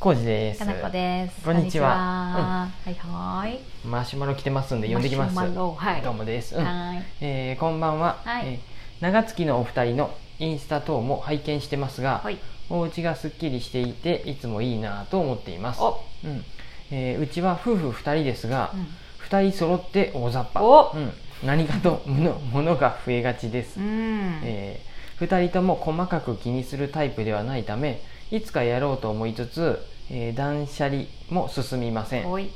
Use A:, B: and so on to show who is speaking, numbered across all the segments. A: コウジです
B: かなこです。
A: こんにちは
B: こんにちは。はいはい。
A: マシュマロ来てますんで呼んできます
B: マシュマロはい
A: どうもです、うん
B: はい。
A: えーこんばんは、
B: はい
A: えー長月のお二人のインスタ等も拝見してますが、
B: はい。
A: お家がすっきりしていていつもいいなぁと思っています
B: お、
A: うんえーうちは夫婦二人ですが、
B: うん
A: 二人揃って大雑把
B: お
A: うん、何かと物物が増えがちです
B: う、ん。
A: えー、2人とも細かく気にするタイプではないためいつかやろうと思いつつ、えー断捨離も進みません
B: おい。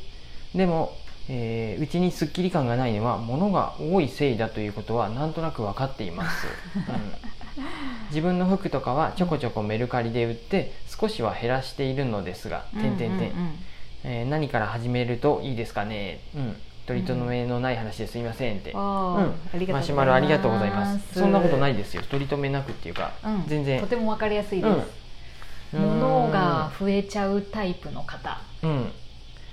A: でも、えーうちにスッキリ感がないのは物が多いせいだということはなんとなく分かってい ます、うん自分の服とかはちょこちょこメルカリで売って少しは減らしているのですが、てんてんてん
B: ううん
A: えー何から始めるといいですかね、うん、取り留めのない話ですいませんって、
B: うんお
A: うん
B: ーありがとうございます。
A: マシュマロありがとうございますそんなことないですよ取り留めなくっていうか、
B: うん。
A: 全
B: と
A: 然
B: てもわかりやすいです。物が増えちゃうタイプの方。
A: うんうん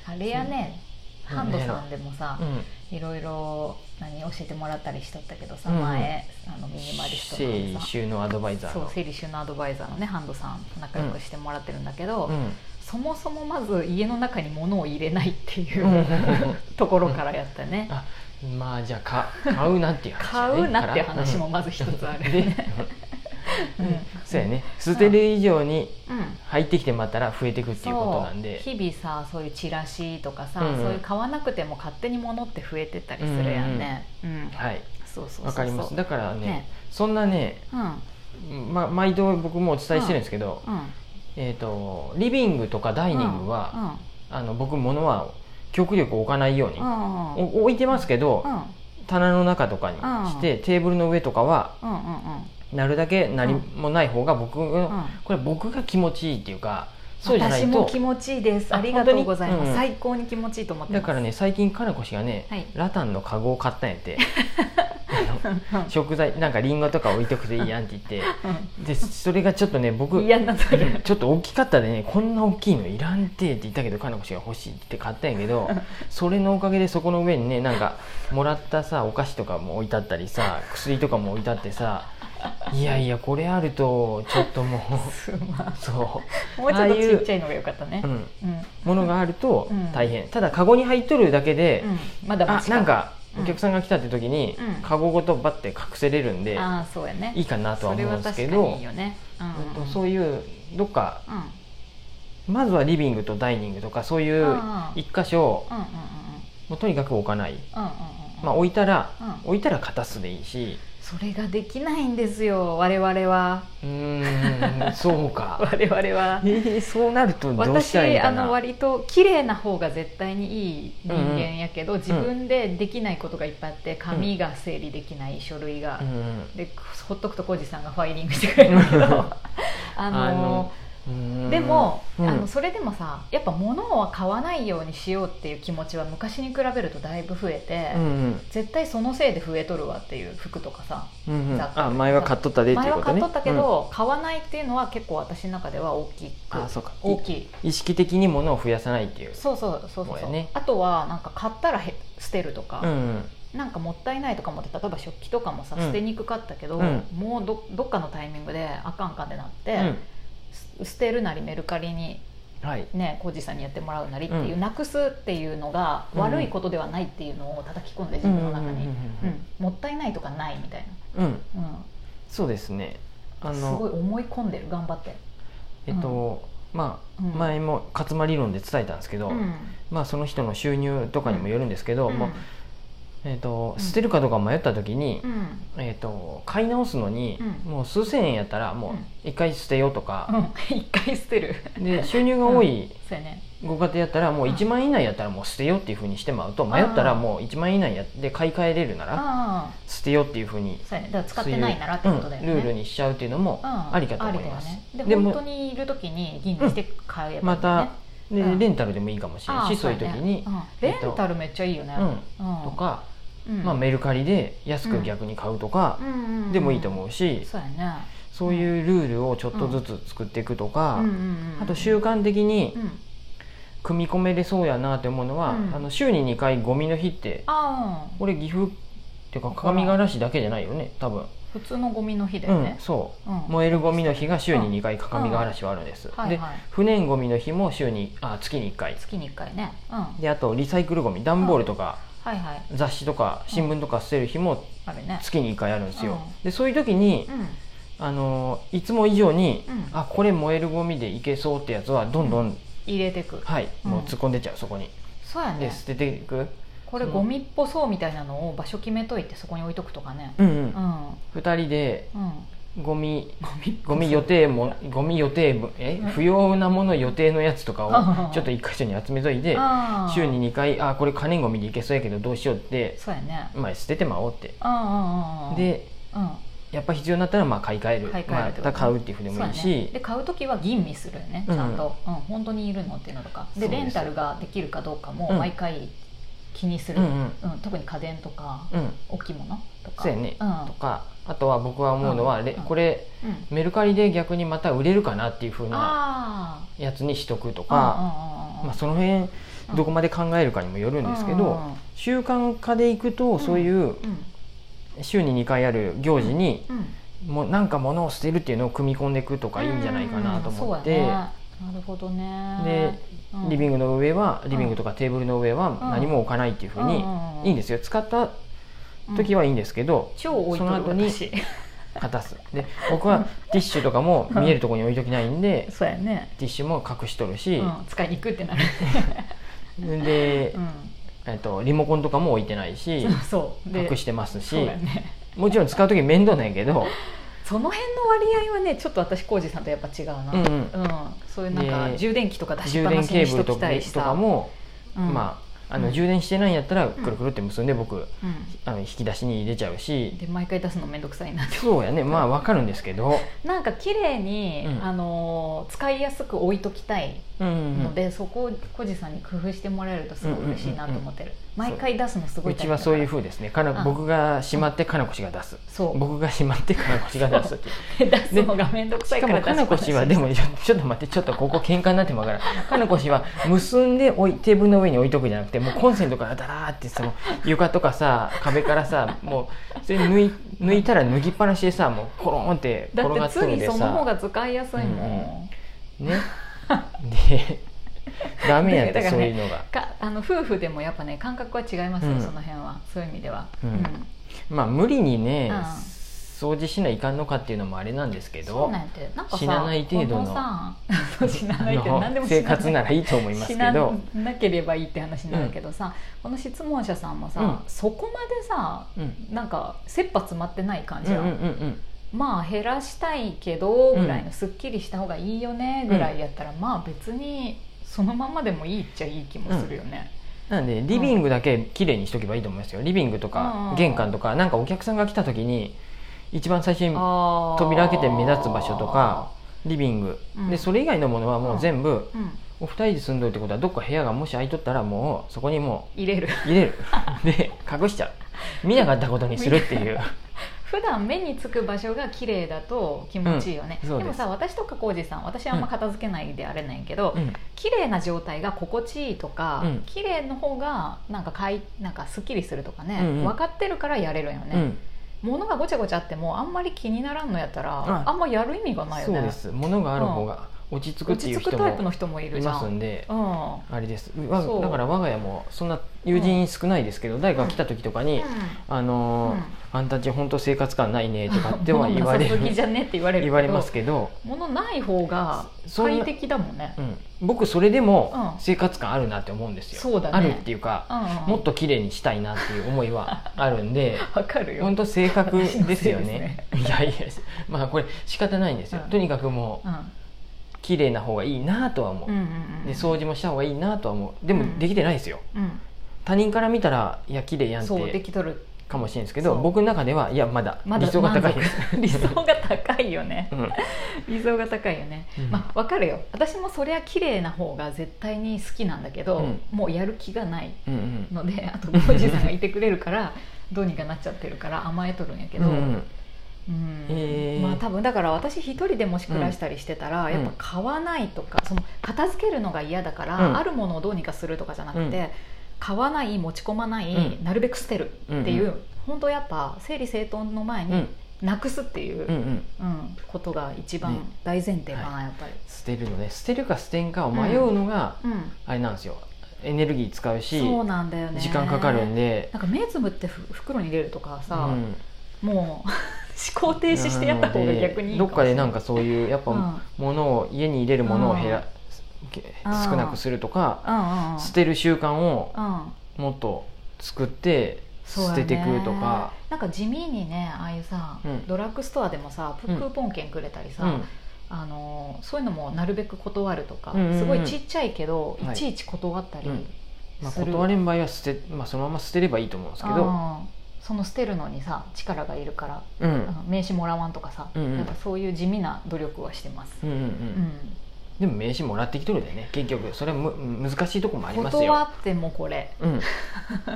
B: あれやね。
A: そう
B: ハンドさんでもさ
A: う、ん
B: いろいろ何教えてもらったりしとったけどさ、
A: うん
B: 前あのミニマリスト
A: 整
B: の
A: 理
B: さ。
A: 収納アドバイザー
B: そう
A: の
B: 整理収納アドバイザーのねハンドさんと仲良くしてもらってるんだけど、
A: うん
B: そもそもまず家の中に物を入れないっていう、
A: うん
B: ところからやったね、
A: あまあじゃあか買うなっていう話、
B: 買
A: ね、
B: うなっていう話も
A: か
B: まず一
A: ら
B: つある
A: で
B: ね、
A: う
B: うんん
A: そうやね捨てる以上に
B: うん
A: 入ってきてまたら増えていくっていうことなんで
B: そう日々さそういうチラシとかさ、
A: うんうん
B: そういう買わなくても勝手に物って増えてったりするやんねうん、
A: はい
B: そうそうそうそう
A: わかりますだからね
B: ね
A: そんなね、
B: うんうん
A: ま、毎度僕もお伝えしてるんですけど、えー、とリビングとかダイニングは、あの僕物は極力置かないように、
B: うんうんうん
A: お置いてますけど、
B: うん
A: 棚の中とかにして、テーブルの上とかは
B: うんうんうん
A: なるだけ何
B: うん
A: もない方が僕、
B: ん
A: これ僕が気持ちいいっていうかそうじゃない
B: 私
A: と
B: も気持ちいいです
A: あ
B: ありがとうござい
A: 本
B: ま
A: 当に
B: す、
A: うん
B: 最高に気持ちいいと思ってま
A: だ
B: す
A: からね最近かなこ氏がね、
B: はい
A: ラタンのカゴを買ったんやってあの
B: うん
A: 食材なんかリンゴとか置いとくといいやんって言って
B: うん
A: でそれがちょっとね僕
B: 嫌になってる
A: ちょっと大きかったでねこんな大きいのいらんてって言ったけどかなこ氏が欲しいって買ったんやけどそれのおかげでそこの上にねなんかもらったさお菓子とかも置いてあったりさ薬とかも置いてあってさいやいやこれあるとちょっとも
B: すまん
A: うそ
B: もうちょっとちっちゃいのが良かったね
A: う、うん、
B: うん、
A: ものがあると大変、ただカゴに入っとるだけで、
B: うんまだ
A: あ
B: マシ
A: なんか
B: うん
A: お客さんが来たって時に、
B: うん
A: カゴごとバッて隠せれるんで、
B: ああそうやね
A: いいかなとは
B: それ
A: 思うん
B: は
A: です
B: 確か
A: け
B: に
A: ど
B: いいよね
A: うん
B: う
A: と
B: ん
A: そういうどっか
B: うんうん
A: まずはリビングとダイニングとかそういう
B: ああ
A: 一箇所
B: うんうんうん
A: もうとにかく置かない、
B: うんうんうん
A: まあ、置いたら、
B: うん
A: 置いたら片すでいいし
B: それができないんですよ我々は
A: う ーんそうか
B: 我々は
A: えーそうなるとどうし
B: 私
A: たらいいか
B: あ
A: な
B: の割と綺麗な方が絶対にいい人間やけど、自分でできないことがいっぱいあって紙が整理できない書類が、
A: うん
B: でほっとくと浩二さんがファイリングしてくれるんだけ どあの
A: うーん
B: でも、
A: うん
B: あのそれでもさやっぱ物は買わないようにしようっていう気持ちは昔に比べるとだいぶ増えて、
A: うんうん
B: 絶対そのせいで増えとるわっていう服とかさ
A: うんうん
B: 雑貨
A: あ前は買っとったでってい
B: 前
A: う
B: は
A: こと
B: 買っ
A: ね
B: とったけど、買わないっていうのは結構私の中では大き
A: うんあ
B: く
A: そうか
B: 大きい
A: 意識的に物を増やさないっていう
B: そうそうそ
A: そ
B: うそうう
A: や
B: そう、
A: ね
B: あとはなんか買ったらへ捨てるとか、
A: うんうん
B: なんかもったいないとか思って例えば食器とかもさ
A: うん
B: 捨てにくかったけど、
A: うん
B: もうどどっかのタイミングであかんあかんってなって、す捨てるなりメルカリに
A: うんはい
B: ね、浩二さんにやってもらうなりっていう、
A: うん
B: なくすっていうのが
A: うん
B: 悪いことではないっていうのを叩き込んで自分の中に、
A: う
B: うんん
A: うん
B: もったいないとかないみたい
A: うん
B: な、うん
A: そうですねあ
B: すご
A: の
B: い思い込んでる頑張って、
A: えっと、まあ
B: うん
A: 前も勝間理論で伝えたんですけど、
B: うん
A: まあ、その人の収入とかにもよるんですけど、もうえっと
B: うん
A: 捨てるかどうか迷った時に、
B: うん
A: えっと買い直すのに、
B: うん
A: もう数千円やったらもう一回捨てようと
B: う
A: か、
B: ん 一回捨てる
A: で収入が多い
B: そうやね
A: ご家庭やったらもう
B: うん
A: 1万円以内やったらもう捨てようっていうふうにしてまうと迷ったらもう1万円以内やで買い替えれるなら
B: ああ
A: 捨てようっていうふうに
B: そうやねだから使ってないならってことだよね、
A: うんルールにしちゃうっていうのも
B: うん
A: ありかと思います
B: ありだ
A: で
B: よね、で
A: も
B: 本当にいる時に吟味して買えばいい、ね
A: またで
B: うん
A: レンタルでもいいかもしれ
B: あ
A: な
B: あ
A: いしそういう時に
B: やね
A: えっ
B: うん
A: と
B: レンタルめっちゃいいよね、うん
A: と、か
B: うん
A: まあメルカリで安く逆に買うとか
B: うんうんうん
A: でもいいと思うし
B: そうやね
A: そういうルールをちょっとずつ作っていくとか
B: うんうんうん
A: あと習慣的に
B: うん
A: 組み込めれそうやなって思うのは
B: うん
A: あの週に2回ゴミの日って
B: ああ
A: 俺岐阜っていうか鏡ヶ原市だけじゃないよね多分
B: 普通のゴミの日だ
A: う
B: よ
A: ん
B: ね、、
A: そう、
B: うん
A: 燃えるゴミの日が週に2回各務原市はあるんです、
B: うんはい
A: で
B: はい
A: 不燃ゴミの日も週にあ月に1回
B: 月に1回ね、うん、はい
A: であとリサイクルゴミ段ボールとか
B: はい
A: 雑誌とか新聞とか捨てる日も
B: あるね
A: 月に1回あるんですよ、
B: うん
A: でそういう時に、
B: うん
A: あのいつも以上に、
B: うん
A: あこれ燃えるゴミでいけそうってやつはどんどん、
B: 入れてく
A: はい、
B: うん
A: もう突っ込んでっちゃうそこに
B: そうや
A: で
B: ね
A: 捨てていく、
B: これゴミっぽそうみたいなのを場所決めといてそこに置いとくとかね
A: うんう、
B: うんんうん
A: 2人でゴミ
B: ゴミ
A: ゴミ予定もゴミ予定分え不要なもの予定のやつとか
B: う
A: を
B: ん
A: ちょっと1箇所に集めといて
B: あー
A: 週に2回あこれ可燃ゴミでいけそうやけどどうしようって、
B: そうやね
A: まあ、捨ててまおうって
B: うんうんうんうん
A: で
B: うん
A: やっぱ必要になったらまあ買い替える
B: 買い替えるっ
A: ま
B: てことね
A: あまた買うっていうふうでもいい
B: そうやね
A: し、
B: で買う時は吟味するよねち
A: うん
B: ゃんと、うん本当にいるのっていうのとかで
A: そうです
B: レンタルができるかどうかも
A: うん
B: 毎回気にす
A: う
B: る、
A: ん
B: う
A: うんん
B: 特に家電とか
A: うん
B: 置物とか
A: そうやね、
B: う
A: とかあとは僕は思うのは、
B: うん
A: レ
B: うん
A: これ
B: んうん
A: メルカリで逆にまた売れるかなっていうふうな
B: あ
A: やつにしとくと
B: ー
A: か、
B: うんうんうんうん
A: まあ、その辺どこまで考えるかにもよるんですけど、
B: うんうん
A: 習慣化でいくとそういう週に2回ある行事に
B: うんうん
A: もうなんか物を捨てるっていうのを組み込んでいくとかいいんじゃないかなと思っ
B: うん
A: て
B: そうやねなるほど
A: で
B: ね
A: リビング
B: グ
A: の上はリビングとかテーブルの上は何も置かないっていうふうに
B: うん
A: いいんですよ使った時はいいんですけど
B: 超置い
A: そ
B: と
A: の後
B: る
A: に
B: 私
A: 果たすで僕はティッシュとかも見えるところに置いときないんで
B: そうやね、
A: ティッシュも隠しとるし
B: うん、使いにくってなる、
A: で
B: う、ん、
A: えっと、リモコンとかも置いてないし
B: そうで
A: 隠してます
B: そう
A: し
B: やね
A: もちろん使う時面倒なんやけど
B: その辺の割合はねちょっと私浩二さんとやっぱ違うな、
A: うんうん
B: そういうなん
A: で
B: か充電器とか出しっ
A: 充
B: ぱな
A: 電
B: し
A: ケ
B: に
A: ー
B: し
A: ブ
B: と
A: ルと
B: き
A: か
B: たいしさ、
A: も
B: うん
A: まああ
B: う
A: の
B: ん
A: 充電してないんやったらくるくるって結んで僕
B: うん
A: あの引き出しに入れちゃうし
B: で毎回出すの面倒くさいなって
A: そうやねまあわかるんですけど、
B: なんか綺麗に、
A: うん
B: あのー使いやすく置いときたい
A: うんうん
B: ので、そこを浩二さんに工夫してもらえるとすごい嬉しいなと思ってる、
A: んうん
B: 毎回出すのすご
A: う
B: い大
A: ち
B: 変だ
A: は
B: か
A: そ
B: ら
A: ういう風ですねかな
B: あ
A: 僕がしまってかなこ氏が出す
B: そう
A: 僕がしまってかなこ氏が出す っていう
B: 出すのが面倒くさ
A: し
B: い
A: か
B: から
A: もかなこ氏はで
B: も
A: もちょ ちょっと待ってちょっとここ喧嘩になってもわからんかなこ氏は結んで置いテーブルの上に置いとくじゃなくてもうコンセントからダラーってその床とか さ壁からさもうそれ抜い抜いたら脱ぎっぱなしでさもうコロンって
B: だ
A: 転が
B: っ
A: ってとるん
B: 次
A: で
B: その
A: さ
B: 方が使いやすいもん、
A: ね でダメやった、
B: だから
A: そう
B: ね
A: いうのが
B: かあの夫婦でもやっぱね感覚は違いますよ、
A: うん
B: その辺はそういう意味では、
A: うん
B: うん
A: まあ無理にね
B: うん
A: 掃除しないかんのかっていうのもあれなんですけ
B: そう
A: ど
B: なんてなんかさ
A: 死なない程度の
B: こ さ死なない程度
A: あ
B: 何で
A: の
B: も死
A: 生
B: な
A: 活
B: ない
A: ならいいと思います
B: 死
A: け
B: な
A: ど、
B: なければいいって話になるけどさ、この質問者さんもさ、
A: うん
B: そこまでさ
A: うん、
B: なんか切羽詰まってない感
A: う
B: じ
A: んう
B: は、
A: んうん
B: まあ減らしたいけど
A: うん
B: ぐらいのすっきりした方がいいよねぐらいやったら、まあ別にそのままでもいいっちゃいい気もするよね。
A: なんでリビングだけ綺麗にしとけばいいと思いますよリビングと
B: うんう
A: か
B: ん
A: 玄関とかなんかお客さんが来た時に一番最初に
B: あー
A: 扉開けて目立つ場所とかリビング、
B: うん
A: でそれ以外のものはもう全部
B: うん、
A: お二人で住んどるってことはどっか部屋がもし空いとったらもうそこにも
B: 入れる
A: う入れるで隠しちゃう見なかったことにするって いう
B: 普段目につく場所が綺麗だと気持ちいいよね、
A: うんそ
B: で
A: うです
B: もさ私とか浩二さん私はあんま片付けないであれないけど、
A: うん
B: 綺麗な状態が心地いいとか、
A: うん
B: 綺麗の方がなんかかいなんかすっきりするとかね、
A: うんうん
B: 分かってるからやれるよね、
A: うん
B: 物がごちゃごちゃあってもあんまり気にならんのやったら、
A: うん
B: あんまやる意味がないよ
A: そう
B: ね
A: です物がある方が落ち着くっ
B: 落
A: て
B: ち
A: いう
B: 着く
A: 人
B: タイプの
A: も
B: 人もいる
A: い
B: じゃ
A: ます
B: ん
A: んで
B: うん
A: あれですわ
B: そう
A: だから我が家もそんな友人少ないですけど、誰か来た時とかに「あのー
B: うん
A: あんたち本当生活感ないね」とかっては
B: 物
A: 言われ
B: なさすぎ
A: る
B: じゃねって言われるけ
A: 言
B: ど
A: われますけど、
B: 物ない方が
A: そんな
B: 快適だもんね
A: うん、僕それでも
B: うん
A: 生活感あるなって思うんですよ、
B: そうだね
A: あるっていうか、もっ
B: も
A: と綺麗にしたいなっていう思い はあるんで
B: わかるよ
A: 本当性格ですよね
B: ね
A: いやいやまあこれ仕方ないんですよ、
B: うん
A: とにかくも
B: うん
A: う綺麗な方がいいなとは思う、
B: うんうんうん
A: で掃除もした方がいいなとは思うで
B: う
A: も
B: ん
A: できてないですよ、
B: うん
A: 他人から見たらいや綺麗やんっ
B: そうで
A: て
B: きとる
A: かもしれないですけど
B: そう
A: 僕の中ではいやまだ
B: まだ
A: 理想が高いです、
B: 満足理想が高いよね
A: うん
B: 理想が高いよね、
A: うん
B: まあわかるよ私もそりゃ綺麗な方が絶対に好きなんだけど、
A: うん
B: もうやる気がない
A: うんうん
B: ので あと浩二さんがいてくれるからどうにかなっちゃってるから甘えとるんやけど、
A: うんうん
B: うん
A: へー
B: まあ多分だから私一人でもし暮らしたりしてたら、
A: うん
B: やっぱ買わないとかその片付けるのが嫌だから、
A: うん
B: あるものをどうにかするとかじゃなくて、
A: うん
B: 買わない持ち込まない、
A: うん
B: なるべく捨てるっていう、
A: うんう
B: 本当やっぱ整理整頓の前
A: う
B: に
A: ん
B: なくすっていう、
A: う
B: うん
A: うんん
B: ことが一
A: ね
B: 番大前提かな、
A: は
B: やっぱり。
A: 捨てるので捨てるか捨てんかを迷うのが
B: うん、
A: あれなんですよエネルギー使うし
B: そうなんだよね
A: 時間かかるんで
B: なんか目つぶってふ袋に入れるとかさ、
A: うん
B: もう思考停止してやった方が逆にいい
A: なのでどっかでなん
B: か
A: かそういうやっ
B: もしれない
A: ぱ物を家に入れるものを減らけ
B: うん
A: 少なくするとか
B: うんうんうん
A: 捨てる習慣を
B: うん
A: もっと作って
B: そうや
A: 捨
B: ね
A: ててくとか
B: なんか地味にねああいうさ、
A: うん
B: ドラッグストアでもさク
A: うん
B: ーポン券くれたりさ、
A: うん
B: あのーそういうのもなるべく断るとか、
A: うんうんうん
B: すごいちっちゃいけど、
A: はい
B: い、ちいち断ったり、
A: うんまあ
B: する
A: 断れん場合は捨てまあそのまま捨てればいいと思うんですけど
B: あーその捨てるのにさ力がいるから、
A: うん
B: あの名刺もらわんとかさ、
A: うんうん
B: なんかそういう地味な努力はしてます、
A: うんうんう
B: うん
A: んでも名刺もらってきとるでね結局それはむ難しいとこもありますよ
B: 断ってもこれ、
A: うん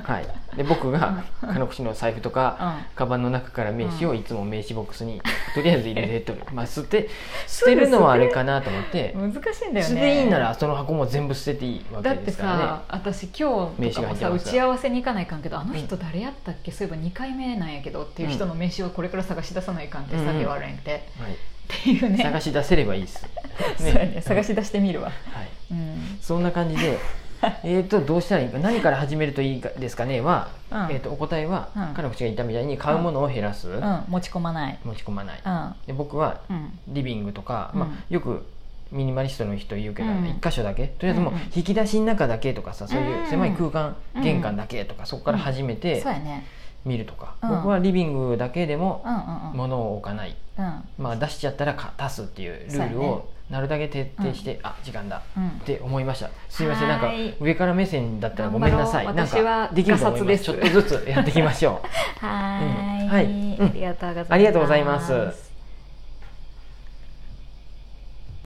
A: はい、で僕が金子氏の財布と
B: う
A: か
B: ん、
A: カバンの中から名刺をいつも名刺ボックスにとりあえず入れてと る、まあ、捨て捨
B: そう
A: て
B: で
A: る
B: す
A: のはあれかなと思って
B: 難しいんだよね
A: 捨てていいならその箱も全部捨てていいわ
B: だ
A: け
B: っ
A: で
B: て
A: すか
B: さ私今日とかも
A: 名刺が入って
B: さ
A: ま
B: 打
A: すから
B: ち合わせに行かないかんけどあの人誰やったっけ、そういえば2回目なんやけどっていう人の名刺をこれから探し出さないかんって
A: うん
B: さっき言われんて、
A: らね、
B: っていう
A: はい、
B: ね
A: 探し出せればいいです、
B: そうやね探
A: し、
B: し出してみるわ、
A: はい、
B: うん、
A: そんな感じ でえーとどうしたらいいか何から始めるといいかですかねは、
B: うん
A: えー、とお答えは、
B: うん
A: 金子氏が言ったみたいに買うものを減らす、
B: うん、持ち込まない
A: 持ち込まない、
B: うん
A: で僕は
B: うん
A: リビングとか、
B: うん
A: まあ、よくミニマリストの人言うけど、
B: うん
A: 一箇所だけとりあえずもう
B: うんうん
A: 引き出しの中だけとかさそう
B: うん
A: いううん狭い空間、
B: うん
A: 玄関だけとかそこから始めて
B: そうやね
A: 見るとか、
B: うん
A: 僕はリビングだけでも
B: うんうんうん
A: 物を置かない、
B: うん
A: まあ、出しちゃったらか足すっていうルール
B: そうやね
A: をなるだけ徹底して、あ時間だ
B: うん
A: って思いましたすいません
B: は
A: なんか
B: ーい
A: 上から目線だったらごめんなさい
B: 頑張
A: な
B: ろ
A: ん
B: う
A: か
B: 私は
A: できると思い
B: ガサツ
A: ま
B: ですす
A: ちょっとずつやっていきましょう
B: はーい、
A: うんはいうん
B: ありがとうございます
A: ありがとうございます